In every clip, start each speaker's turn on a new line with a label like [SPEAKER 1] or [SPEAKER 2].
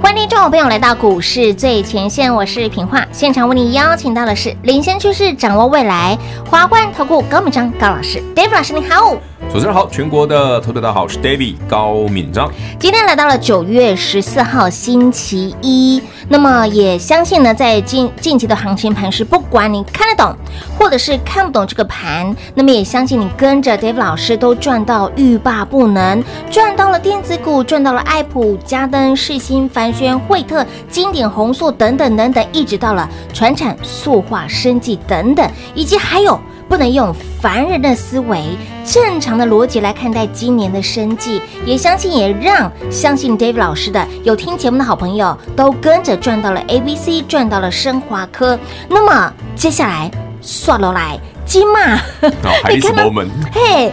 [SPEAKER 1] 欢迎听众朋友来到股市最前线，我是平化，现场为你邀请到的是领先趋势、掌握未来华冠投顾高敏章高老师，David 老师你好。
[SPEAKER 2] 主持人好，全国的投资者大家好，我是 David 高敏 章。
[SPEAKER 1] 今天来到了九月十四号星期一，那么也相信呢，在近近期的行情盘是，不管你看得懂或者是看不懂这个盘，那么也相信你跟着 Dave 老师都赚到欲罢不能，赚到了电子股，赚到了爱普、嘉登、世新、凡轩、惠特、金鼎、红素等等等等，一直到了船产、塑化、生技等等，以及还有。不能用凡人的思维、正常的逻辑来看待今年的生计，也相信也让相信 Dave 老师的有听节目的好朋友都跟着赚到了 ABC，赚到了升华科。那么接下来算了来金嘛，
[SPEAKER 2] 好，海
[SPEAKER 1] 你
[SPEAKER 2] 力士
[SPEAKER 1] 看到
[SPEAKER 2] moment，
[SPEAKER 1] 嘿，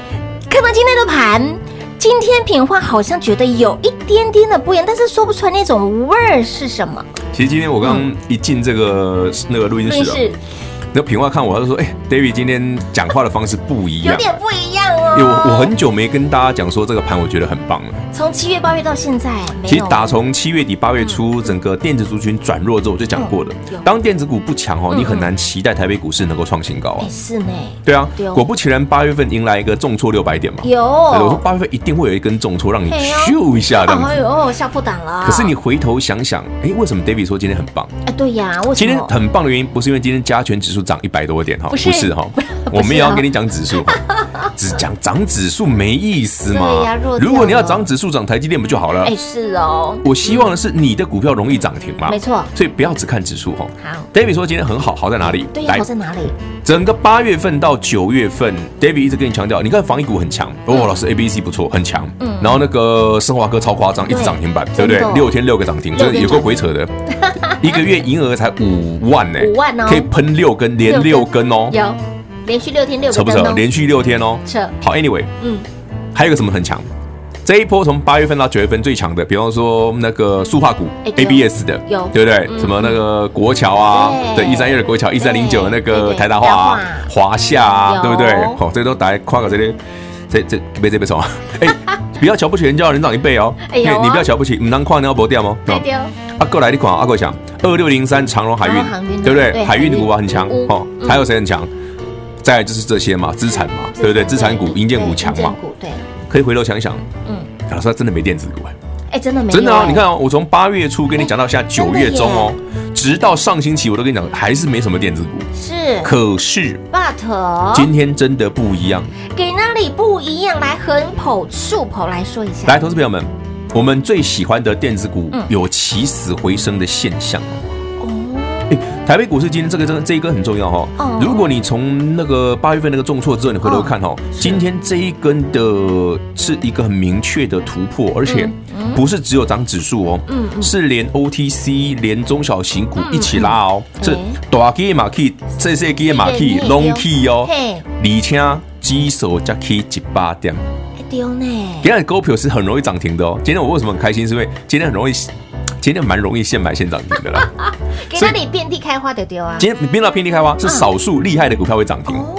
[SPEAKER 1] 看到今天的盘，今天品化好像觉得有一点点的不一样，但是说不出来那种味儿是什么。
[SPEAKER 2] 其实今天我刚
[SPEAKER 1] 嗯
[SPEAKER 2] 刚一进这个那个录音
[SPEAKER 1] 真
[SPEAKER 2] 室啊，
[SPEAKER 1] 是
[SPEAKER 2] 那平话看我，他就说：“哎、d a v i d 今天讲话的方式不一
[SPEAKER 1] 有
[SPEAKER 2] 样。
[SPEAKER 1] 点不一样
[SPEAKER 2] 因为我我
[SPEAKER 1] 哦。
[SPEAKER 2] 很久没跟大家讲说这个盘，我觉得很棒了。
[SPEAKER 1] 从七月八月到现在，没
[SPEAKER 2] 其实
[SPEAKER 1] 有
[SPEAKER 2] 打从七月底八月初，整个电子族群转弱之后，我就讲过的
[SPEAKER 1] 嗯有，
[SPEAKER 2] 当电子股不强哦，
[SPEAKER 1] 嗯
[SPEAKER 2] 你很难期待台北股市能够创新高啊
[SPEAKER 1] 哎。是呢。
[SPEAKER 2] 对啊
[SPEAKER 1] 对哦，
[SPEAKER 2] 果不其然，八月份迎来一个重挫六百点嘛。
[SPEAKER 1] 有，
[SPEAKER 2] 对哎我说八月份一定会有一根重挫，让你
[SPEAKER 1] 嘿哦
[SPEAKER 2] 咻一下这样
[SPEAKER 1] 哎
[SPEAKER 2] 子。
[SPEAKER 1] 呦，吓破胆了。
[SPEAKER 2] 可是你回头想想，哎，为什么 David 说今天很棒？
[SPEAKER 1] 哎，对呀，啊为什
[SPEAKER 2] 今天
[SPEAKER 1] 么？
[SPEAKER 2] 很棒的原因不是因为今天加权指数涨一百多点 哈，
[SPEAKER 1] 不是啊
[SPEAKER 2] 哈，我们也要跟你讲指数，只讲涨指数没意思
[SPEAKER 1] 对
[SPEAKER 2] 嘛
[SPEAKER 1] 呀弱。掉
[SPEAKER 2] 如果你要涨指数，涨台积电不就好了
[SPEAKER 1] 哎，？是哦，
[SPEAKER 2] 我希望的是你的股票容易涨停嘛，
[SPEAKER 1] 没错
[SPEAKER 2] 所以不要只看指数哈。
[SPEAKER 1] 好，
[SPEAKER 2] David 说今天很好，好在哪里？
[SPEAKER 1] 对呀，好在哪里？
[SPEAKER 2] 整个八月份到九月份，David 一直跟你强调，你看防疫股很强，哦，老师 A、B、C 不错，很强。嗯，然后那个生华科超夸张，一直涨停板，对
[SPEAKER 1] 真
[SPEAKER 2] 不
[SPEAKER 1] 的
[SPEAKER 2] 对？六天六个涨停，
[SPEAKER 1] 六
[SPEAKER 2] 真
[SPEAKER 1] 天
[SPEAKER 2] 的有够鬼扯的。 一个月营额才五万呢，
[SPEAKER 1] 五万哦
[SPEAKER 2] 可以喷六根，连
[SPEAKER 1] 六
[SPEAKER 2] 六
[SPEAKER 1] 根
[SPEAKER 2] 根哦，
[SPEAKER 1] 有连续六天六
[SPEAKER 2] 扯
[SPEAKER 1] 个
[SPEAKER 2] 不
[SPEAKER 1] 灯
[SPEAKER 2] 扯？
[SPEAKER 1] 笼，
[SPEAKER 2] 连续六天哦。
[SPEAKER 1] 扯，
[SPEAKER 2] 好，Anyway，
[SPEAKER 1] 嗯，
[SPEAKER 2] 还有一个什么很强？这一波从八月份到九月份最强的，比方说那个塑化股
[SPEAKER 1] 哎对哦
[SPEAKER 2] ABS 的，
[SPEAKER 1] 有
[SPEAKER 2] 对不对？
[SPEAKER 1] 嗯
[SPEAKER 2] 什么那个国桥啊，
[SPEAKER 1] 对
[SPEAKER 2] 对，一三一的国桥，一三零九的那
[SPEAKER 1] 对
[SPEAKER 2] 个
[SPEAKER 1] 对
[SPEAKER 2] 台达化啊，
[SPEAKER 1] 台
[SPEAKER 2] 华夏啊，对
[SPEAKER 1] 有
[SPEAKER 2] 不对？好，这都打夸个这些，这这被这边啊， 哎，不要瞧不起人家，人长一倍哦，
[SPEAKER 1] 哎
[SPEAKER 2] 你
[SPEAKER 1] 有哦
[SPEAKER 2] 你不要瞧不起，唔当跨尿不掉哦。
[SPEAKER 1] 太
[SPEAKER 2] 哦
[SPEAKER 1] 丢，
[SPEAKER 2] 啊，过来你看，阿过讲二六零三长荣海
[SPEAKER 1] 长荣航运
[SPEAKER 2] 运，
[SPEAKER 1] 的
[SPEAKER 2] 对不
[SPEAKER 1] 对
[SPEAKER 2] 对？海运股啊很强
[SPEAKER 1] 海运
[SPEAKER 2] 哦
[SPEAKER 1] 嗯，
[SPEAKER 2] 还有谁很强？再来就是这些嘛，资产嘛，对不对？资产股、银建股强
[SPEAKER 1] 对
[SPEAKER 2] 嘛
[SPEAKER 1] 银，建股对，
[SPEAKER 2] 可以回头想想，
[SPEAKER 1] 嗯，
[SPEAKER 2] 老师他真的没电子股哎，
[SPEAKER 1] 哎，真的没有
[SPEAKER 2] 真的啊！
[SPEAKER 1] 哎
[SPEAKER 2] 你看哦，我从八月初跟你讲到现在
[SPEAKER 1] 真
[SPEAKER 2] 九
[SPEAKER 1] 的耶
[SPEAKER 2] 月中哦，
[SPEAKER 1] 哎
[SPEAKER 2] 直到上星期我都跟你讲，还是没什么电子股。
[SPEAKER 1] 是
[SPEAKER 2] 可是
[SPEAKER 1] ，but
[SPEAKER 2] 今天真的不一样，
[SPEAKER 1] 给那里不一样，来横剖竖剖来说一下，
[SPEAKER 2] 来，投资朋友们，我们最喜欢的电子股
[SPEAKER 1] 嗯
[SPEAKER 2] 有起死回生的现象。
[SPEAKER 1] 哦，
[SPEAKER 2] 哎，台北股市今天这个这这一根很重要哈、
[SPEAKER 1] 哦
[SPEAKER 2] 哦。如果你从那个八月份那个重挫之后，你回头看哈、哦，今天这一根的是一个很明确的突破，而且不是只有涨指数哦，
[SPEAKER 1] 嗯嗯
[SPEAKER 2] 是连 OTC 连中小型股一起拉哦，
[SPEAKER 1] 嗯
[SPEAKER 2] 这
[SPEAKER 1] 哎
[SPEAKER 2] 大 K 马 K，这些 K 马 K
[SPEAKER 1] 对
[SPEAKER 2] long K 哦，
[SPEAKER 1] 嘿，
[SPEAKER 2] 而且指数才 K 一八点。
[SPEAKER 1] 哎丢呢，
[SPEAKER 2] 今天的股票是很容易涨停的哦。今天我为什么很开心？是因为今天很容易，今天蛮容易现买现涨停的啦。
[SPEAKER 1] 给那里遍地开花的丢啊，
[SPEAKER 2] 今天你变到遍地开花，是少数厉害的股票会涨停。
[SPEAKER 1] 哦，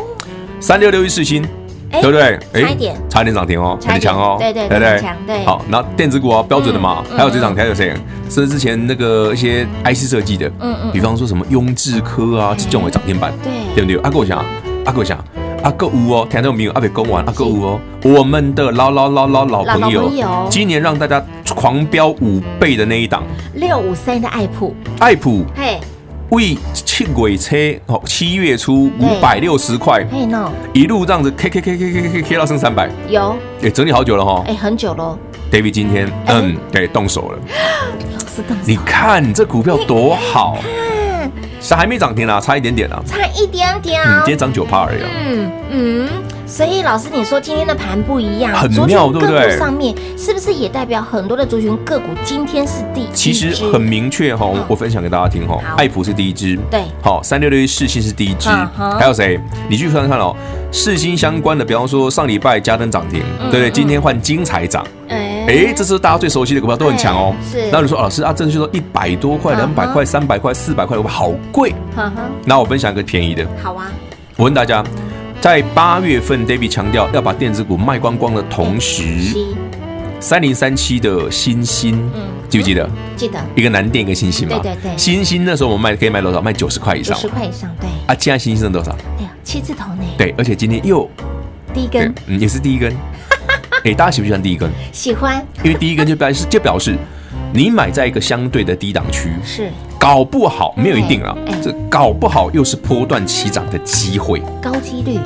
[SPEAKER 2] 三六六一世新，
[SPEAKER 1] 哎
[SPEAKER 2] 对不对？
[SPEAKER 1] 差一点
[SPEAKER 2] 差一点涨停哦，
[SPEAKER 1] 差一点
[SPEAKER 2] 很强哦，
[SPEAKER 1] 对对
[SPEAKER 2] 不
[SPEAKER 1] 很强对
[SPEAKER 2] 好，然后电子股啊，标准的嘛
[SPEAKER 1] 嗯，
[SPEAKER 2] 还有这涨停还有谁？是之前那个一些 IC 设计的，
[SPEAKER 1] 嗯嗯
[SPEAKER 2] 比方说什么雍智科啊，这种的涨停板，
[SPEAKER 1] 对
[SPEAKER 2] 对不对？阿哥想，啊阿哥想。阿哥五哦，听到没有？阿北公完，阿哥五哦，我们的老老老老老朋
[SPEAKER 1] 老
[SPEAKER 2] 友
[SPEAKER 1] 朋友，
[SPEAKER 2] 今年让大家狂飙五倍的那一档，
[SPEAKER 1] 六五三的爱普，
[SPEAKER 2] 爱普
[SPEAKER 1] 嘿，
[SPEAKER 2] 为七轨车哦，七月初五百六十块，
[SPEAKER 1] 嘿 no，
[SPEAKER 2] 一路这样子 K K K K K K K 到剩三百，
[SPEAKER 1] 有，
[SPEAKER 2] 哎，整理好久了哈
[SPEAKER 1] 哎，。很久喽，
[SPEAKER 2] David 今天嗯，对，动手了。
[SPEAKER 1] 老师动手
[SPEAKER 2] 你看这股票多好，是还没涨停啦，差一点点啦。
[SPEAKER 1] 差一点点
[SPEAKER 2] 嗯，
[SPEAKER 1] 哦
[SPEAKER 2] 今天涨九趴而已啊。
[SPEAKER 1] 嗯嗯，所以老师，你说今天的盘不一样，
[SPEAKER 2] 很
[SPEAKER 1] 族群
[SPEAKER 2] 妙
[SPEAKER 1] 个
[SPEAKER 2] 对不对
[SPEAKER 1] 股上面是不是也代表很多的族群个股今天是第一支？
[SPEAKER 2] 其实很明确哈
[SPEAKER 1] 嗯，
[SPEAKER 2] 我分享给大家听哈
[SPEAKER 1] 好，
[SPEAKER 2] 爱普是第一支，
[SPEAKER 1] 对
[SPEAKER 2] 好，三六六一世新是第一支
[SPEAKER 1] 嗯哼，
[SPEAKER 2] 还有谁？你去看看哦，世新相关的，比方说上礼拜嘉登涨停，对不对？今天换精彩涨，
[SPEAKER 1] 哎
[SPEAKER 2] 哎，这是大家最熟悉的股票，都很强哦
[SPEAKER 1] 对。是
[SPEAKER 2] 那你说啊老师啊，这就说一百多块、两
[SPEAKER 1] 嗯
[SPEAKER 2] 百
[SPEAKER 1] 哼
[SPEAKER 2] 块、三百块、四百块，我好贵。
[SPEAKER 1] 呵呵，
[SPEAKER 2] 那我分享一个便宜的，
[SPEAKER 1] 好啊，
[SPEAKER 2] 我问大家，在八月份，David 强调要把电子股卖光光的同时，
[SPEAKER 1] 七，
[SPEAKER 2] 三零三七的新星
[SPEAKER 1] 嗯，
[SPEAKER 2] 记不记得？
[SPEAKER 1] 记得
[SPEAKER 2] 一个南电，一个新星嘛。
[SPEAKER 1] 对对对
[SPEAKER 2] 新星那时候我们卖可以卖多少？卖九十块以
[SPEAKER 1] 九
[SPEAKER 2] 上
[SPEAKER 1] 十
[SPEAKER 2] 嘛。
[SPEAKER 1] 块以上，对，
[SPEAKER 2] 啊，现在新星剩多少？
[SPEAKER 1] 哎呀，七字头呢，
[SPEAKER 2] 对，而且今天又
[SPEAKER 1] 第一
[SPEAKER 2] 对
[SPEAKER 1] 根，
[SPEAKER 2] 嗯，也是第 一根。哎，大家喜不喜欢第一根？
[SPEAKER 1] 喜欢
[SPEAKER 2] 因为第一根就表示就表示你买在一个相对的低档区，
[SPEAKER 1] 是
[SPEAKER 2] 搞不好没有一定啊
[SPEAKER 1] 哎哎，
[SPEAKER 2] 这搞不好又是波段起涨的机会。
[SPEAKER 1] 高几率，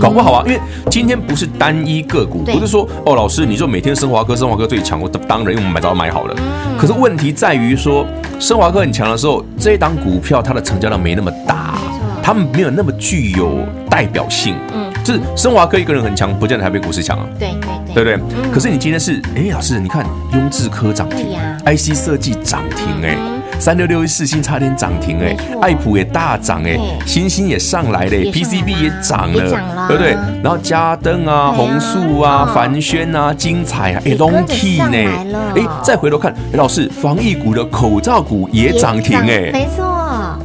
[SPEAKER 2] 搞不好啊，因为今天不是单一个股，
[SPEAKER 1] 嗯对
[SPEAKER 2] 不是说哦，老师你就每天升华科，升华科最强，我当然因为我们买早买好了。
[SPEAKER 1] 嗯
[SPEAKER 2] 可是问题在于说，升华科很强的时候，这一档股票它的成交量没那么大
[SPEAKER 1] 错，
[SPEAKER 2] 他们没有那么具有代表性。
[SPEAKER 1] 嗯，
[SPEAKER 2] 就是升华科一个人很强，不见得台北股市强啊。
[SPEAKER 1] 对对
[SPEAKER 2] 对
[SPEAKER 1] 对，
[SPEAKER 2] 不对？可是你今天是，哎，老师，你看雍智科涨停
[SPEAKER 1] 对呀嗯
[SPEAKER 2] ，IC 设计涨停，哎，三六六一四星差点涨停，
[SPEAKER 1] 没
[SPEAKER 2] 哎
[SPEAKER 1] 错，
[SPEAKER 2] 爱普也大涨，哎
[SPEAKER 1] 对，
[SPEAKER 2] 星星也上来了哎
[SPEAKER 1] 也上来啦
[SPEAKER 2] ，PCB 也涨
[SPEAKER 1] 也涨了
[SPEAKER 2] 了，对不对？然后嘉登啊、
[SPEAKER 1] 对啊
[SPEAKER 2] 红素啊
[SPEAKER 1] 嗯、
[SPEAKER 2] 凡轩啊、精彩啊，哎
[SPEAKER 1] 也跟着
[SPEAKER 2] l key
[SPEAKER 1] 上
[SPEAKER 2] 呢
[SPEAKER 1] 来了，
[SPEAKER 2] 哎，再回头看，哎老师，防疫股的口罩股也涨停，
[SPEAKER 1] 也
[SPEAKER 2] 哎，
[SPEAKER 1] 没错，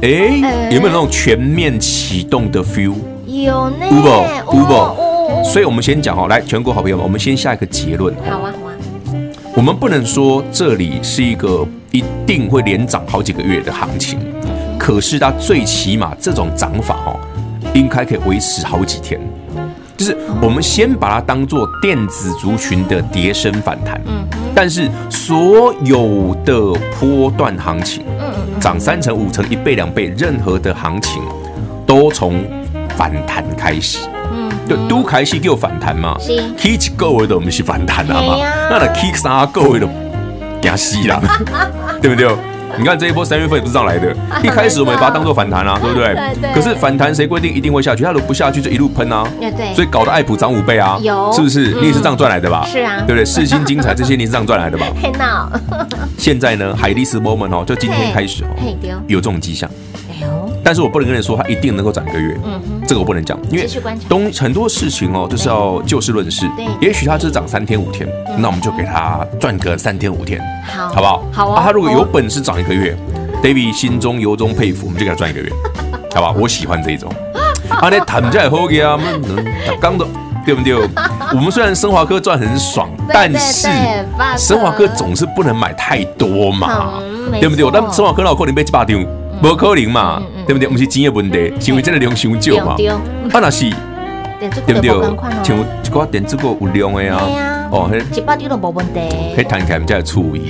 [SPEAKER 2] 哎
[SPEAKER 1] 哎，
[SPEAKER 2] 有没有那种全面启动的 feel？
[SPEAKER 1] 有呢，
[SPEAKER 2] 有没有有没有
[SPEAKER 1] 哦
[SPEAKER 2] 所以我们先讲哈，来，全国好朋友们，我们先下一个结论哦
[SPEAKER 1] 好啊好啊，
[SPEAKER 2] 我们不能说这里是一个一定会连涨好几个月的行情，可是它最起码这种涨法哦，应该可以维持好几天。就是我们先把它当做电子族群的跌升反弹，
[SPEAKER 1] 嗯
[SPEAKER 2] 但是所有的波段行情，
[SPEAKER 1] 嗯嗯
[SPEAKER 2] 涨三成、五成、一倍、两倍，任何的行情都从反弹开始。
[SPEAKER 1] 嗯嗯，
[SPEAKER 2] 对，都开始有反弹嘛
[SPEAKER 1] 是
[SPEAKER 2] ，K 一个月都不是反弹啊嘛
[SPEAKER 1] 嘿啊，
[SPEAKER 2] 那那 K 三个月都惊死 人，对不对？你看这一波三月份也不是这样来的，一开始我们也把它当做反弹啊，对不对
[SPEAKER 1] 对对？
[SPEAKER 2] 可是反弹谁规定一定会下去？它如果不下去就一路喷啊，
[SPEAKER 1] 也哎对，
[SPEAKER 2] 所以搞得爱普涨五倍啊，
[SPEAKER 1] 有
[SPEAKER 2] 是不是？
[SPEAKER 1] 嗯
[SPEAKER 2] 你也是这样赚来的吧？
[SPEAKER 1] 是啊
[SPEAKER 2] 对不对？世新、精彩这些你是这样赚来 的吧？
[SPEAKER 1] 以闹，
[SPEAKER 2] 现在呢，海力士 moment 哦，就今天开始哦，
[SPEAKER 1] 嘿丢，
[SPEAKER 2] 有这种迹象，
[SPEAKER 1] 哎呦，
[SPEAKER 2] 但是我不能跟你说它一定能够涨一个月，
[SPEAKER 1] 嗯哼，
[SPEAKER 2] 这个我不能讲，因为
[SPEAKER 1] 继续观察
[SPEAKER 2] 东很多事情哦，就是要就事论事。
[SPEAKER 1] 对
[SPEAKER 2] 也许它只涨三天五天，那我们就给它赚个三天五天，
[SPEAKER 1] 好，
[SPEAKER 2] 好不好？
[SPEAKER 1] 好哦
[SPEAKER 2] 啊，它如果有
[SPEAKER 1] 好哦
[SPEAKER 2] 本事涨一个月，David 心中由衷佩服，我们就给它赚一 个月，好不好？我喜欢这一种。啊，那谈价也好个啊，刚的对不对？我们虽然升华科赚很爽，
[SPEAKER 1] 对
[SPEAKER 2] 但
[SPEAKER 1] 对
[SPEAKER 2] 是
[SPEAKER 1] 对，but-
[SPEAKER 2] 升华科总是不能买太多嘛
[SPEAKER 1] 嗯没，
[SPEAKER 2] 对不对？
[SPEAKER 1] 错
[SPEAKER 2] 但升华科老可能被一百张，不可能嘛
[SPEAKER 1] 嗯嗯，
[SPEAKER 2] 对不对？不是钱的问题，是因为真的量伤少嘛
[SPEAKER 1] 对对。嗯
[SPEAKER 2] 啊，那是。
[SPEAKER 1] 对，这
[SPEAKER 2] 对
[SPEAKER 1] 个
[SPEAKER 2] 不
[SPEAKER 1] 就
[SPEAKER 2] 对
[SPEAKER 1] 不赶快？
[SPEAKER 2] 像
[SPEAKER 1] 哦，
[SPEAKER 2] 一寡电子股有量的
[SPEAKER 1] 对啊
[SPEAKER 2] 啊，哦，迄
[SPEAKER 1] 一百丢都没问题，
[SPEAKER 2] 迄弹起来才有 趣味，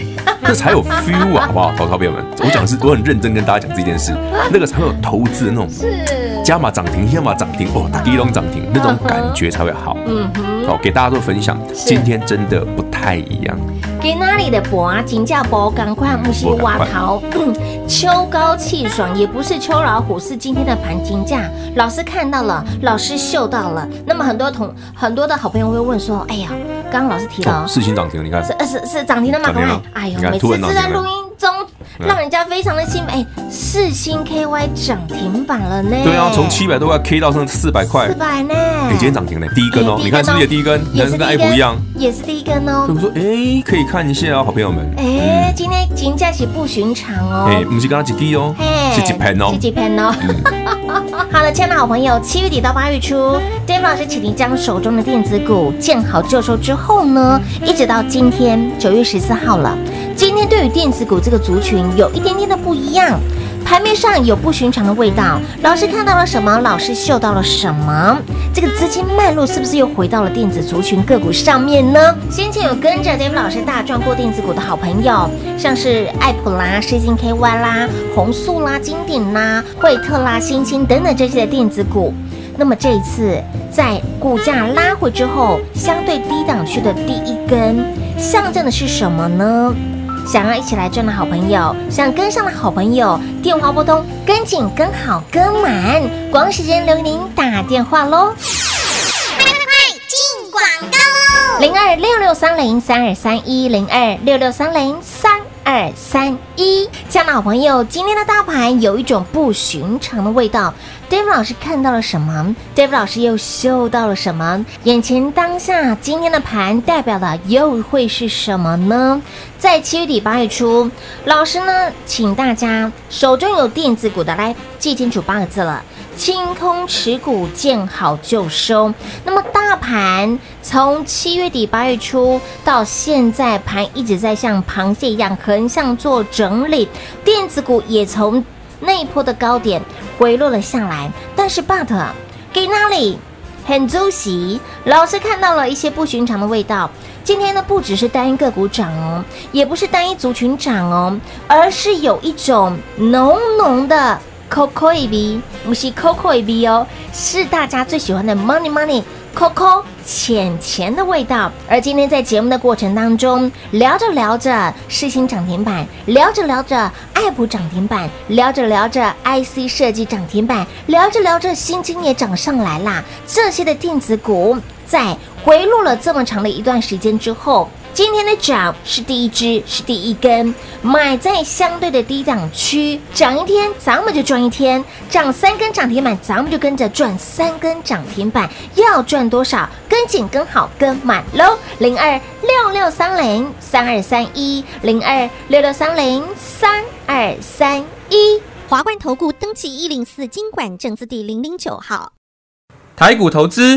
[SPEAKER 2] 这才有 feel 啊，好不好？投资朋友们，我讲的是我很认真跟大家讲这件事，
[SPEAKER 1] 嗯
[SPEAKER 2] 那个才会有投资的那种
[SPEAKER 1] 是，
[SPEAKER 2] 加码涨停、加码涨停，哦，打一龙涨停那种感觉才会好。
[SPEAKER 1] 嗯哼，
[SPEAKER 2] 哦，给大家做分享，今天真的不太一样，
[SPEAKER 1] 今仔日的博金价博赶快不是挖头， 秋高气爽，也不是秋老虎，是今天的盘金价，老师看到了，老师嗅到了。那么很多同很多的好朋友会问说，哎呀，刚刚老师提到
[SPEAKER 2] 哦，。四星涨停，你看
[SPEAKER 1] 是，呃是是涨停了吗？
[SPEAKER 2] 涨停了
[SPEAKER 1] 哎呦
[SPEAKER 2] 你，看
[SPEAKER 1] 每次
[SPEAKER 2] 啊突然啊
[SPEAKER 1] 是在
[SPEAKER 2] 涨停了
[SPEAKER 1] 录音中，
[SPEAKER 2] 嗯
[SPEAKER 1] 让人家非常的兴奋。哎，四星 KY 涨停板了呢！
[SPEAKER 2] 对啊，从七百多块 K 到上四百块
[SPEAKER 1] 四，百呢。
[SPEAKER 2] 哎，今天涨停了，第一根哦，
[SPEAKER 1] 哦哎
[SPEAKER 2] 你看是不是也第一根，
[SPEAKER 1] 也
[SPEAKER 2] 男
[SPEAKER 1] 是第
[SPEAKER 2] 生
[SPEAKER 1] 一
[SPEAKER 2] 跟 F
[SPEAKER 1] 根嗯
[SPEAKER 2] 一样，
[SPEAKER 1] 也是第一根
[SPEAKER 2] 所以
[SPEAKER 1] 哦
[SPEAKER 2] 我。说，哎，可以看一下哦，好朋友们，
[SPEAKER 1] 哎，今天金价是不寻常哦。
[SPEAKER 2] 哎，不是刚刚几滴哦，
[SPEAKER 1] 嘿
[SPEAKER 2] 是几盆哦
[SPEAKER 1] 是，几盆嗯哦。好了，亲爱的好朋友，七月底到八月初，Dave 老师请您将手中的电子股见好就收之后呢，一直到今天九月十四号了。今天对于电子股这个族群有一点点的不一样，盘面上有不寻常的味道。老师看到了什么？老师嗅到了什么？这个资金脉络是不是又回到了电子族群个股上面呢？先前有跟着 Dave 老师大赚过电子股的好朋友，像是爱普啦、世金 KY 啦、红素啦、金鼎啦、惠特啦、新兴等等这些的电子股。那么这一次在股价拉回之后，相对低档区的第一根，象征的是什么呢？想要一起来赚的好朋友，想跟上的好朋友，电话拨通，跟紧、跟好、跟满。广告时间留给您打电话喽。零二六六三零三二三一零二六六三零三二三一。亲爱的好朋友，今天的大盘有一种不寻常的味道。Dave 老师看到了什么？Dave 老师又嗅到了什么？眼前当下今天的盘代表的又会是什么呢？在七月底八月初，老师呢，请大家手中有电子股的来记清楚八个字了。清空持股，见好就收。那么大盘从七月底八月初到现在，盘一直在像螃蟹一样横向做整理，电子股也从那一波的高点回落了下来。但是，but 给那里很周喜，老师看到了一些不寻常的味道。今天呢，不只是单一个股涨哦，也不是单一族群涨哦，而是有一种浓浓的 Coco A B，不是 Coco A B 哦，是大家最喜欢的 Money Money Coco 钱钱的味道。而今天在节目的过程当中，聊着聊着世新涨停板，聊着聊着爱普涨停板，聊着聊着 IC 设计涨停板，聊着聊着新金也涨上来啦。这些的电子股在回落了这么长的一段时间之后。今天的涨是第一支，是第一根，买在相对的低档区，涨一天咱们就赚一天，涨三根涨停板咱们就跟着赚三根涨停板，要赚多少跟紧跟好跟满喽，零二六六三零三二三一零二六六三零三二三一。
[SPEAKER 3] 华冠投顾登记一零四经管证字第零零九号。
[SPEAKER 4] 台股投资，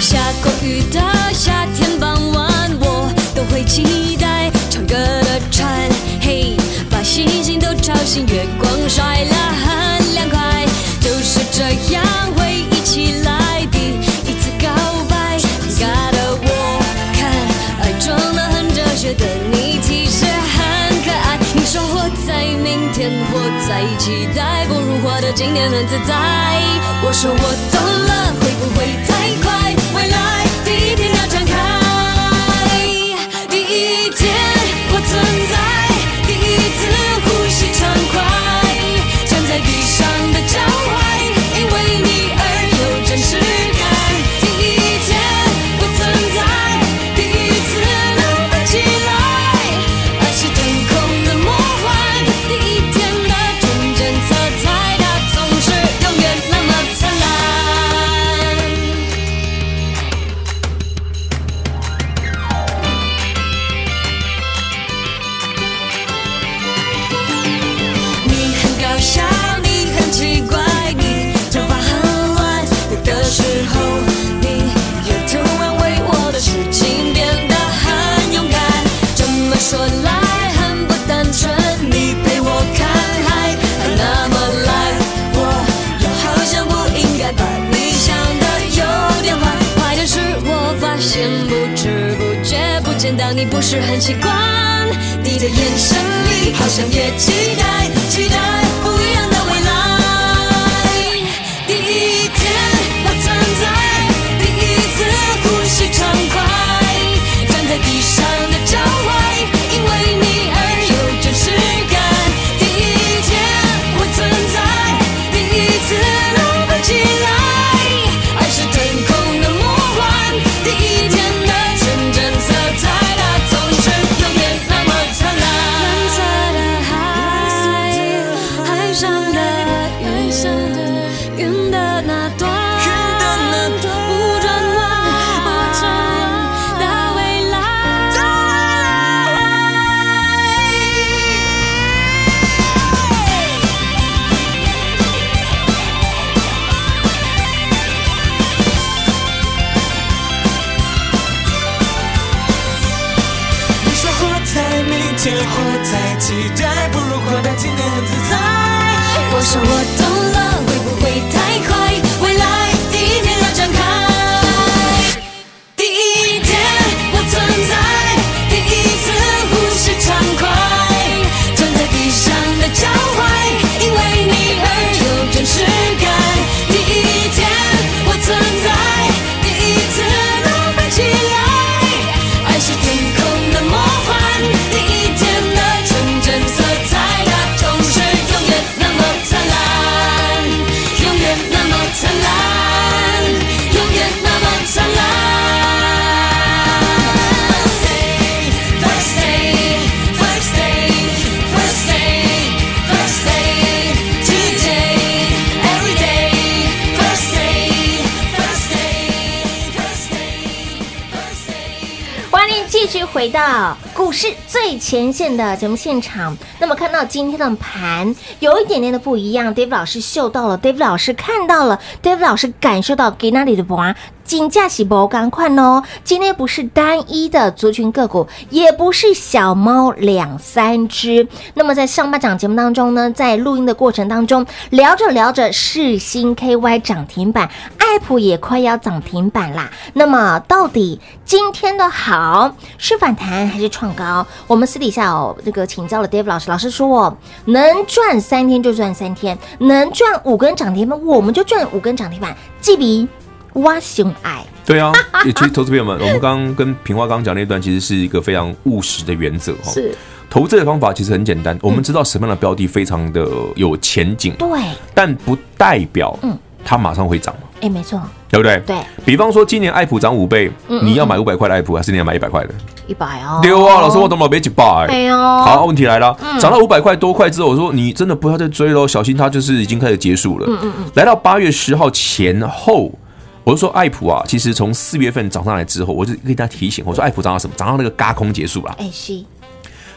[SPEAKER 5] 下过雨的夏天傍晚，我都会期待唱歌的蝉，嘿，把星星都吵醒，月光晒了很凉快，就是这样回忆起来第一次告白。尴尬的我看，爱装得很哲学的你其实很可爱。你说活在明天，活在期待，不如活得今天很自在。我说我懂了，会不会太快？未来第一天要展开，第一天我存在，第一次呼吸畅快，站在地上的脚踝，因为你而有真实感。第一天我存在，第一次能飞起来。爱是天空的魔幻，第一天的纯真色彩，它总是永远那么灿烂。你不是很习惯，你的眼神里好像也期待，期待不一样的未来。第一天我存在，第一次呼吸畅快，站在地上的脚踝，因为你而有真实感。第一天我存在，第一次能飞起来，爱是天空的魔幻，第一天的纯真色彩，它总是永远那么灿烂。蓝色的海，海上的云，云的那端，不转弯的未来。
[SPEAKER 6] 你说活在明天，活在期待，不如活在今天，很自在。
[SPEAKER 5] 我说我懂了，会不会太快？未来第一天要展开，第一天我存在，第一次呼吸畅快，站在地上的脚踝，因为你而有真实感。第一天我存在，第一次能飞起来，爱是天空的魔幻，第一天的纯真色彩，它总是永远那么灿烂，永远那么灿烂，永远那么灿烂。First day, first day, first day, first day, today, every day. First day, first day, first day, first day.
[SPEAKER 1] 欢迎继续回到股市最前线的节目现场。那么看到今天的盘有一点点的不一样，Dave 老师嗅到了，Dave 老师看到了，Dave 老师感受到给那里的娃金价喜不赶快哦！今天不是单一的族群个股，也不是小猫两三只。那么在上半场节目当中呢，在录音的过程当中，聊着聊着，世新 KY 涨停板，爱普也快要涨停板啦。那么到底今天的好是反弹还是创高？我们私底下哦，这个请教了 Dave 老师，老师说哦，能赚三天就赚三天，能赚五根涨停板我们就赚五根涨停板，记笔挖熊爱。
[SPEAKER 2] 对啊，也其实投资朋友们，我们刚刚跟平花刚刚讲那段，其实是一个非常务实的原则哈。
[SPEAKER 1] 是，嗯
[SPEAKER 2] 投资的方法其实很简单，我们知道什么样的标的非常的有前景，
[SPEAKER 1] 对，
[SPEAKER 2] 但不代表
[SPEAKER 1] 嗯
[SPEAKER 2] 它马上会涨嘛，
[SPEAKER 1] 哎，没错，
[SPEAKER 2] 对不对？
[SPEAKER 1] 对。
[SPEAKER 2] 比方说今年爱普涨五倍，你要买五百块的爱普，还是你要买一百块的？
[SPEAKER 1] 一百哦，
[SPEAKER 2] 对啊，老师，我懂了，别几百。
[SPEAKER 1] 哎呦
[SPEAKER 2] 好，问题来了，涨到五百块多块之后，我说你真的不要再追喽，小心它就是已经开始结束了。嗯嗯嗯。来到八月十号前后，我就说爱普啊，其实从四月份涨上来之后，我就跟大家提醒，我说爱普涨到什么？涨到那个嘎空结束了。
[SPEAKER 1] 哎是，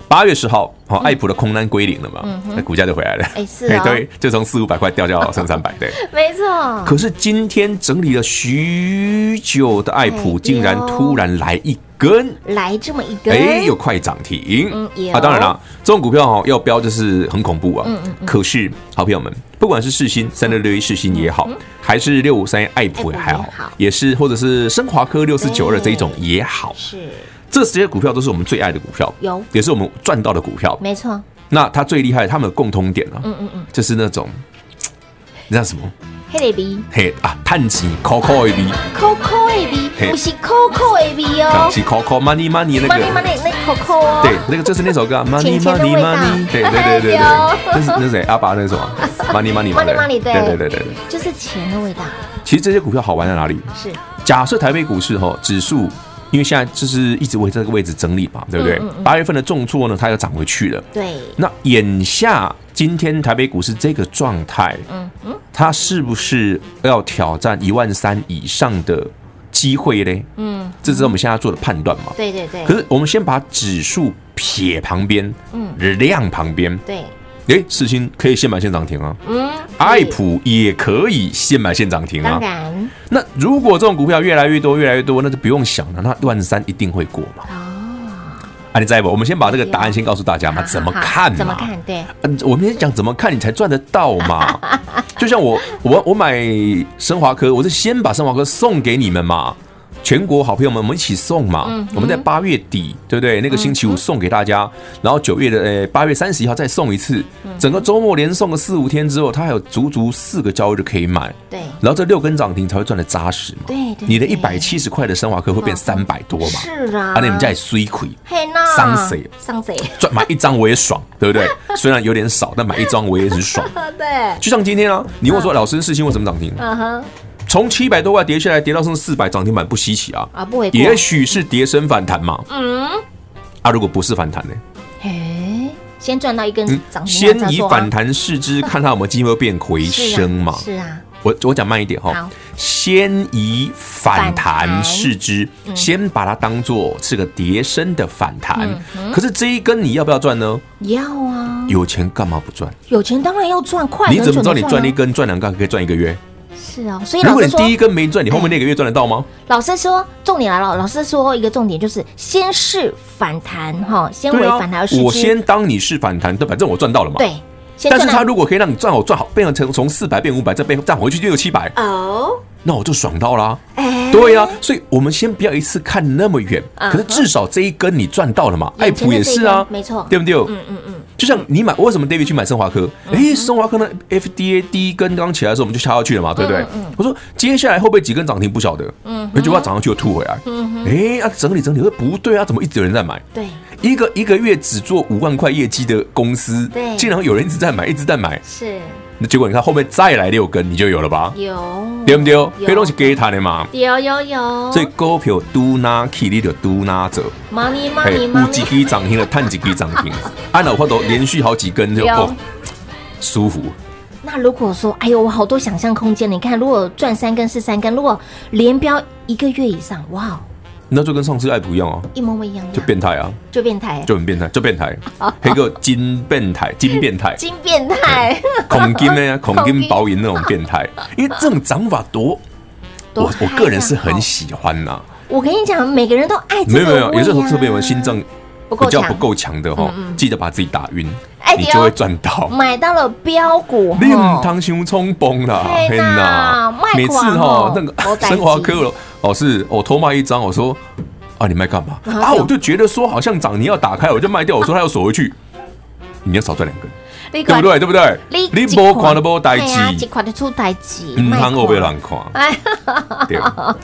[SPEAKER 2] 八月十号，好，爱普的空单归零了嘛，那股价就回来了。
[SPEAKER 1] 哎是哦 嗯
[SPEAKER 2] 对，就从四五百块掉到剩三百，对。
[SPEAKER 1] 没 错，
[SPEAKER 2] 可是今天整理了许久的爱普，
[SPEAKER 1] 哎
[SPEAKER 2] 竟然
[SPEAKER 1] 有
[SPEAKER 2] 突然来一根。
[SPEAKER 1] 来这么一根，
[SPEAKER 2] 哎，有快涨停、
[SPEAKER 1] 嗯有
[SPEAKER 2] 啊！当然啦，这种股票哦，要标就是很恐怖啊。可是，好朋友们，不管是世新三六六一世新也好，还是六五三一爱普也还
[SPEAKER 1] 爱
[SPEAKER 2] 好
[SPEAKER 1] 普也好，
[SPEAKER 2] 也是或者是升华科六四九二
[SPEAKER 1] 对
[SPEAKER 2] 这一种也好，
[SPEAKER 1] 是
[SPEAKER 2] 这些股票都是我们最爱的股票，
[SPEAKER 1] 有
[SPEAKER 2] 也是我们赚到的股票。
[SPEAKER 1] 没错，
[SPEAKER 2] 那它最厉害，它们有共通点啊，嗯嗯嗯，就是那种，你知道什么？
[SPEAKER 1] 黑的 B，
[SPEAKER 2] 嘿啊，探钱 Coco A B，
[SPEAKER 1] Coco A B，
[SPEAKER 2] 嘿
[SPEAKER 1] 不是 Coco A B 哦
[SPEAKER 2] 是 Coco Money Money 那
[SPEAKER 1] ，Money
[SPEAKER 2] 个。
[SPEAKER 1] Money 那 Coco 哦，
[SPEAKER 2] 对，那个就是那首歌 啊，Money
[SPEAKER 1] 钱钱的
[SPEAKER 2] Money
[SPEAKER 1] 味道
[SPEAKER 2] Money，对对对对 对，
[SPEAKER 1] 对哦
[SPEAKER 2] 那是那是谁？阿爸那是 什么？Money Money
[SPEAKER 1] ，Money Money 对
[SPEAKER 2] 对对对对。
[SPEAKER 1] 就是钱的味道，
[SPEAKER 2] 其实这些股票好玩在哪里？
[SPEAKER 1] 是
[SPEAKER 2] 假设台北股市哈指数，因为现在就是一直围在这个位置整理嘛，对不对？
[SPEAKER 1] 嗯
[SPEAKER 2] 八月份的重挫呢，它又涨回去了。
[SPEAKER 1] 对，
[SPEAKER 2] 那眼下今天台北股市这个状态，嗯嗯，它是不是要挑战一万三以上的机会嘞？嗯，这是我们现在做的判断嘛。
[SPEAKER 1] 对对对
[SPEAKER 2] 可，是我们先把指数撇旁边，嗯，量旁边，
[SPEAKER 1] 对，
[SPEAKER 2] 诶，世新可以现买现涨停啊，
[SPEAKER 1] 嗯，
[SPEAKER 2] 爱普也可以现买现涨停
[SPEAKER 1] 当
[SPEAKER 2] 啊。
[SPEAKER 1] 然
[SPEAKER 2] 那如果这种股票越来越多、越来越多，那就不用想了，那万三一定会过嘛。啊，你在不？我们先把这个答案先告诉大家嘛，
[SPEAKER 1] 哦好
[SPEAKER 2] 怎么
[SPEAKER 1] 好
[SPEAKER 2] 看嘛？
[SPEAKER 1] 怎么看？对，
[SPEAKER 2] 嗯，我们先讲怎么看你才赚得到 嘛。就像我我我买升华科，我是先把升华科送给你们嘛，全国好朋友们，我们一起送嘛。
[SPEAKER 1] 嗯
[SPEAKER 2] 我们在八月底，对不对？那个星期五送给大家，
[SPEAKER 1] 嗯
[SPEAKER 2] 然后九月的呃八月三十一号再送一次，整个周末连送个四五天之后，它还有足足四个交易日可以买。
[SPEAKER 1] 对
[SPEAKER 2] 然后这六根涨停才会赚的扎实嘛。
[SPEAKER 1] 对对
[SPEAKER 2] 你的
[SPEAKER 1] 对嗯
[SPEAKER 2] 一百七十块的生华科会变三百多嘛？
[SPEAKER 1] 是啊，
[SPEAKER 2] 啊，你们家也衰亏，
[SPEAKER 1] 嘿那
[SPEAKER 2] 伤谁
[SPEAKER 1] 伤谁？
[SPEAKER 2] 赚买一张我也爽，对不对？虽然有点少，但买一张我也很爽。
[SPEAKER 1] 对，
[SPEAKER 2] 就像今天啊，你问我说老师世新为什么涨停？
[SPEAKER 1] 嗯哼，
[SPEAKER 2] 从七百多块跌下来，跌到剩四百，涨停板不稀奇啊。
[SPEAKER 1] 啊不为过，
[SPEAKER 2] 也许是跌升反弹嘛。嗯。啊，如果不是反弹呢？
[SPEAKER 1] 嘿，先赚到一根
[SPEAKER 2] 嗯，
[SPEAKER 1] 涨停
[SPEAKER 2] 先
[SPEAKER 1] 板再
[SPEAKER 2] 以
[SPEAKER 1] 说啊
[SPEAKER 2] 反弹试之，看它有没有机会变回
[SPEAKER 1] 是啊
[SPEAKER 2] 升嘛。
[SPEAKER 1] 是啊，
[SPEAKER 2] 我我讲慢一点哈
[SPEAKER 1] 好，
[SPEAKER 2] 先以反
[SPEAKER 1] 反弹嗯
[SPEAKER 2] 弹视之，先把它当做是个跌升的反弹。
[SPEAKER 1] 嗯
[SPEAKER 2] 可是这一根你要不要赚呢？
[SPEAKER 1] 要啊，
[SPEAKER 2] 有钱干嘛不赚？
[SPEAKER 1] 有钱当然要赚，快
[SPEAKER 2] 你怎么知道你赚
[SPEAKER 1] 了
[SPEAKER 2] 一？根、赚两根可以赚一个月？
[SPEAKER 1] 是啊，所以
[SPEAKER 2] 如
[SPEAKER 1] 老
[SPEAKER 2] 果
[SPEAKER 1] 师
[SPEAKER 2] 你
[SPEAKER 1] 说，
[SPEAKER 2] 第一根没赚，你后面那个月赚得到吗？
[SPEAKER 1] 老师说重点来了，老师说一个重点就是先试反弹哈，先为
[SPEAKER 2] 对啊
[SPEAKER 1] 嗯反弹而试，之
[SPEAKER 2] 我先当你是反弹，但反正我赚到了嘛。。
[SPEAKER 1] 对，先
[SPEAKER 2] 但是
[SPEAKER 1] 赚
[SPEAKER 2] 他
[SPEAKER 1] 到
[SPEAKER 2] 如果可以让你赚好赚好，变成从四百变五百，再变再回去就有七百，
[SPEAKER 1] 哦，
[SPEAKER 2] 那我就爽到啦。
[SPEAKER 1] 哎，
[SPEAKER 2] 对呀、所以我们先不要一次看那么远，
[SPEAKER 1] 嗯
[SPEAKER 2] 可是至少这一根你赚到了嘛。爱
[SPEAKER 1] 眼前
[SPEAKER 2] 普
[SPEAKER 1] 的
[SPEAKER 2] 也
[SPEAKER 1] 这一
[SPEAKER 2] 是啊
[SPEAKER 1] 根，没错
[SPEAKER 2] 对不对？
[SPEAKER 1] 嗯嗯嗯，
[SPEAKER 2] 就像你买，为什么 David 去买升华科？哎，升华科呢？FDA 第一根刚起来的时候，我们就敲下去了
[SPEAKER 1] 嗯
[SPEAKER 2] 嘛，对不对？我说接下来会不会几根涨停不晓得，嗯，结果它涨上去又吐回来，
[SPEAKER 1] 嗯
[SPEAKER 2] 哎，啊整理整理，我说不对啊，怎么一直有人在买？
[SPEAKER 1] 对，
[SPEAKER 2] 一个一个月只做五万块业绩的公司
[SPEAKER 1] 对，
[SPEAKER 2] 竟然有人一直在买，一直在买，
[SPEAKER 1] 是
[SPEAKER 2] 那结果你看后面再来六根，你就有了吧？
[SPEAKER 1] 有
[SPEAKER 2] 对不对？
[SPEAKER 1] 有
[SPEAKER 2] 黑东西给他的嘛。
[SPEAKER 1] 有有有，
[SPEAKER 2] 所以股票嘟拿起，你就嘟拿走，
[SPEAKER 1] money
[SPEAKER 2] 嘿
[SPEAKER 1] money
[SPEAKER 2] 有几
[SPEAKER 1] money，
[SPEAKER 2] 支涨停了，探几支涨 停，按了话都连续好几根就
[SPEAKER 1] 有
[SPEAKER 2] 哦，舒服。
[SPEAKER 1] 那如果说，哎呦，我好多想象空间，你看，如果赚三根是三根，如果连标一个月以上，哇，
[SPEAKER 2] 那就跟上次爱普一样哦，
[SPEAKER 1] 一模模一样样，
[SPEAKER 2] 就变态啊，
[SPEAKER 1] 就变态，
[SPEAKER 2] 就很变态，就变态，黑个金变态，金变态，
[SPEAKER 1] 哦金变态，
[SPEAKER 2] 恐金 呢，恐
[SPEAKER 1] 恐
[SPEAKER 2] 金
[SPEAKER 1] 金
[SPEAKER 2] 保银那种变态，因为这种涨法多，
[SPEAKER 1] 多
[SPEAKER 2] 我我
[SPEAKER 1] 嗨
[SPEAKER 2] 个人是
[SPEAKER 1] 呀
[SPEAKER 2] 很
[SPEAKER 1] 哦
[SPEAKER 2] 喜欢呐。
[SPEAKER 1] 我跟你讲，每个人都爱
[SPEAKER 2] 没
[SPEAKER 1] 这
[SPEAKER 2] 有
[SPEAKER 1] 个
[SPEAKER 2] 没有，
[SPEAKER 1] 味啊
[SPEAKER 2] 有时候
[SPEAKER 1] 呀
[SPEAKER 2] 特别我们心脏
[SPEAKER 1] 不够
[SPEAKER 2] 比较
[SPEAKER 1] 强嗯
[SPEAKER 2] 不够强的哈，记得把自己打晕
[SPEAKER 1] 哎，
[SPEAKER 2] 你
[SPEAKER 1] 对哦
[SPEAKER 2] 就会赚到。
[SPEAKER 1] 买到了标股，
[SPEAKER 2] 你
[SPEAKER 1] 吼
[SPEAKER 2] 唔通伤冲崩啦，
[SPEAKER 1] 哦嘿呐卖
[SPEAKER 2] 每次
[SPEAKER 1] 光
[SPEAKER 2] 哈
[SPEAKER 1] 哦
[SPEAKER 2] 那
[SPEAKER 1] 没
[SPEAKER 2] 个
[SPEAKER 1] 事
[SPEAKER 2] 升华科老老师，我偷卖一张，我说啊你卖干嘛
[SPEAKER 1] 然后
[SPEAKER 2] 啊？
[SPEAKER 1] 就
[SPEAKER 2] 我就觉得说好像涨你要打开，我就卖掉，我说他要锁回去，你要少赚两根，
[SPEAKER 1] 你
[SPEAKER 2] 对不啊
[SPEAKER 1] 管
[SPEAKER 2] 对？对不对？
[SPEAKER 1] 你
[SPEAKER 2] 你无看都无代
[SPEAKER 1] 对啊一
[SPEAKER 2] 志，
[SPEAKER 1] 款的出代志，
[SPEAKER 2] 唔通我被
[SPEAKER 1] 了。
[SPEAKER 2] 人
[SPEAKER 1] 哎
[SPEAKER 2] 看。对，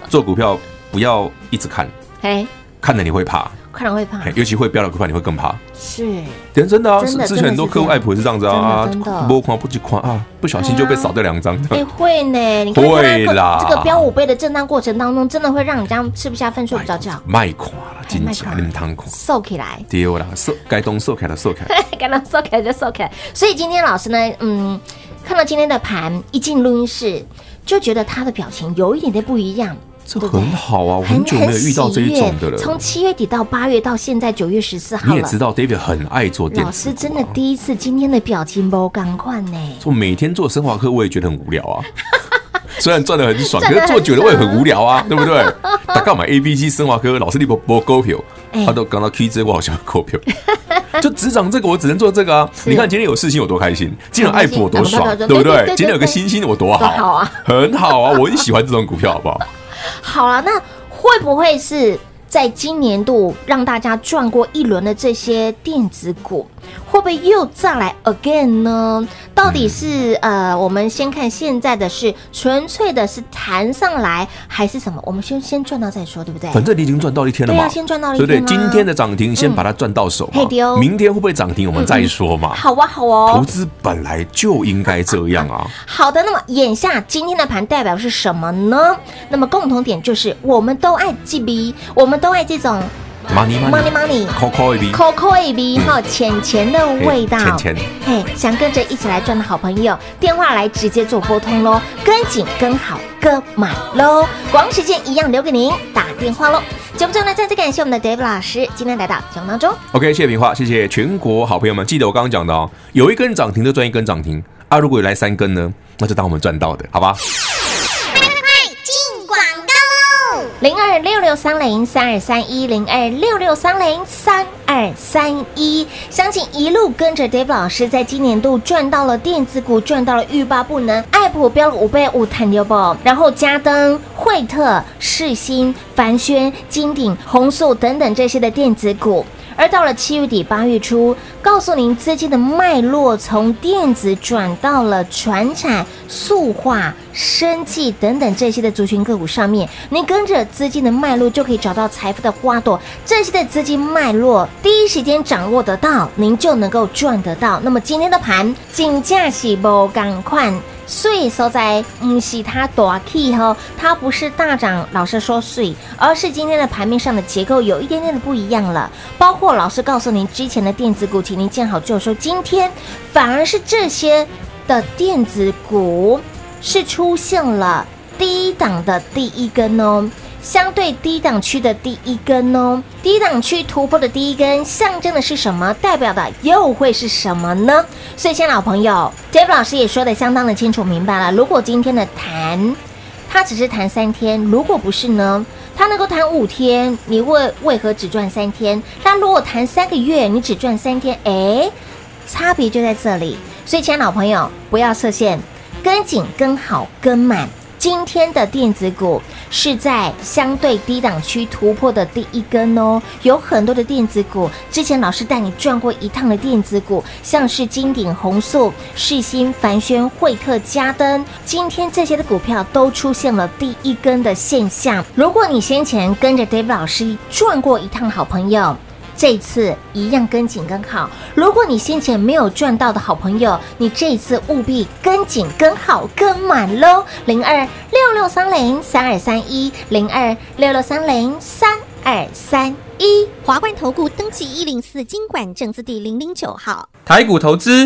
[SPEAKER 2] 做股票不要一直看，
[SPEAKER 1] 哎，
[SPEAKER 2] 看了你会怕，
[SPEAKER 1] 快点会怕
[SPEAKER 2] 嘿，尤其会飙的股票你会更怕。
[SPEAKER 1] 是
[SPEAKER 2] 真真的啊，
[SPEAKER 1] 真的
[SPEAKER 2] 之前很多客户
[SPEAKER 1] 真的是这样
[SPEAKER 2] 爱普也是这样子啊
[SPEAKER 1] 真的真的，
[SPEAKER 2] 不狂不急狂啊，不小心就被少掉两张。
[SPEAKER 1] 哎会呢，你看
[SPEAKER 2] 嗯会
[SPEAKER 1] 它这个
[SPEAKER 2] 啦
[SPEAKER 1] 这个标五倍的震荡过程当中，真的会让人家吃不下饭、睡不着觉，
[SPEAKER 2] 卖垮了，真
[SPEAKER 1] 哎卖垮
[SPEAKER 2] 假你们汤垮，
[SPEAKER 1] 瘦起来，
[SPEAKER 2] 丢啦，收该东收开了收开，
[SPEAKER 1] 刚刚瘦起来就瘦起来。所以今天老师呢，嗯，看到今天的盘，一进录音室就觉得他的表情有一点点不一样。
[SPEAKER 2] 这
[SPEAKER 1] 对不对
[SPEAKER 2] 很好啊，我很久没有遇到这一种的
[SPEAKER 1] 很喜悦从
[SPEAKER 2] 了。
[SPEAKER 1] 七月底到八月，到现在九月十四号
[SPEAKER 2] 你也
[SPEAKER 1] 了
[SPEAKER 2] 知。道，David 很爱做电
[SPEAKER 1] 老
[SPEAKER 2] 子
[SPEAKER 1] 师
[SPEAKER 2] 股啊
[SPEAKER 1] 真的第一次今天的表情包赶快呢，
[SPEAKER 2] 做每天做生化课，我也觉得很无聊啊。 虽然赚的很 爽，可
[SPEAKER 1] 赚得
[SPEAKER 2] 是
[SPEAKER 1] 很
[SPEAKER 2] 做久了我也很无聊啊，对不对？他干嘛 A B C 生化科老师你不播股票
[SPEAKER 1] 哎，
[SPEAKER 2] 他都讲到 Q Z 我好像股票， 就只涨这个我只能做这个啊。你看今天有事情我多开心，今天有爱普我多
[SPEAKER 1] 很开
[SPEAKER 2] 爽，
[SPEAKER 1] 心
[SPEAKER 2] 对
[SPEAKER 1] 对
[SPEAKER 2] 不
[SPEAKER 1] 对
[SPEAKER 2] 对
[SPEAKER 1] 对？
[SPEAKER 2] 今天有个星星我多
[SPEAKER 1] 多好
[SPEAKER 2] 好
[SPEAKER 1] 啊，
[SPEAKER 2] 很好啊，我很喜欢这种股票，好不好？
[SPEAKER 1] 好了，那会不会是在今年度让大家赚过一轮的这些电子股，会不会又再来 again 呢？到底是、
[SPEAKER 2] 嗯
[SPEAKER 1] 呃，我们先看现在的是纯粹的是弹上来，还是什么？我们先先赚到再说，对不对？
[SPEAKER 2] 反正你已经赚到一天了嘛，
[SPEAKER 1] 哦对啊先赚到一
[SPEAKER 2] 对
[SPEAKER 1] 天
[SPEAKER 2] 不对？
[SPEAKER 1] 啦
[SPEAKER 2] 今天的涨停先把它赚到手
[SPEAKER 1] 嗯嘿
[SPEAKER 2] 嘛
[SPEAKER 1] 对哦，
[SPEAKER 2] 明天会不会涨停我们再说嘛。
[SPEAKER 1] 好啊，好
[SPEAKER 2] 投
[SPEAKER 1] 哦，
[SPEAKER 2] 资本来就应该这样啊。
[SPEAKER 1] 好的。那么眼下今天的盘代表是什么呢？那么共同点就是我们都爱 GB，我们都爱这种
[SPEAKER 2] Money
[SPEAKER 1] money money。
[SPEAKER 2] Coco A B
[SPEAKER 1] Coco A B 哈，浅浅的味道，
[SPEAKER 2] 嘿浅浅
[SPEAKER 1] 嘿，想跟着一起来赚的好朋友，电话来直接做拨通喽，跟紧跟好跟满喽，广时间一样留给您打电话喽。节目最后呢，再次感谢我们的 Dave 老师今天来到节目当中，
[SPEAKER 2] OK，谢谢平花，谢谢全国好朋友们。记得我刚刚讲的哦，有一根涨停就赚一根涨停啊，如果有来三根呢，那就当我们赚到的，好吧？
[SPEAKER 7] 进广告喽！
[SPEAKER 1] 零二六六三零三二三一零二六六三零三二三一。相信一路跟着 Dave 老师，在今年度赚到了电子股，赚到了欲罢不能，爱普飙了五倍五，探六宝，然后嘉登、惠特、世新、凡轩、金鼎、红素等等这些的电子股。而到了七月底八月初，告诉您资金的脉络从电子转到了船产、塑化、生技等等这些的族群个股上面，你跟着资金的脉络就可以找到财富的花朵。这些的资金脉络，第一时间掌握得到，您就能够赚得到。那么今天的盘，金价是不赶快。税所在，嗯，是它大 key 哈，它不是大涨。老师说税，而是今天的盘面上的结构有一点点的不一样了。包括老师告诉您之前的电子股，请您见好就收。今天反而是这些的电子股是出现了低档的第一根哦。相对低档区的第一根哦，低档区突破的第一根象征的是什么？代表的又会是什么呢？所以，亲爱的老朋友，Jeff 老师也说的相当的清楚明白了。如果今天的谈，它只是谈三天，如果不是呢？它能够谈五天，你为为何只赚三天？但如果谈三个月，你只赚三天，诶，差别就在这里。所以，亲爱的老朋友，不要设限，跟紧、跟好、跟满。今天的电子股是在相对低档区突破的第一根哦，有很多的电子股，之前老师带你转过一趟的电子股，像是金鼎、红素、世新、凡轩、惠特、嘉登，今天这些的股票都出现了第一根的现象。如果你先前跟着 Dave 老师转过一趟，好朋友。这一次一样跟紧跟好。如果你先前没有赚到的好朋友，你这一次务必跟紧跟好跟满喽。零二六六三零三二三一零二六六三零三二三一。
[SPEAKER 3] 华冠投顾登记一零四经管证字第零零九号。
[SPEAKER 4] 台股投资，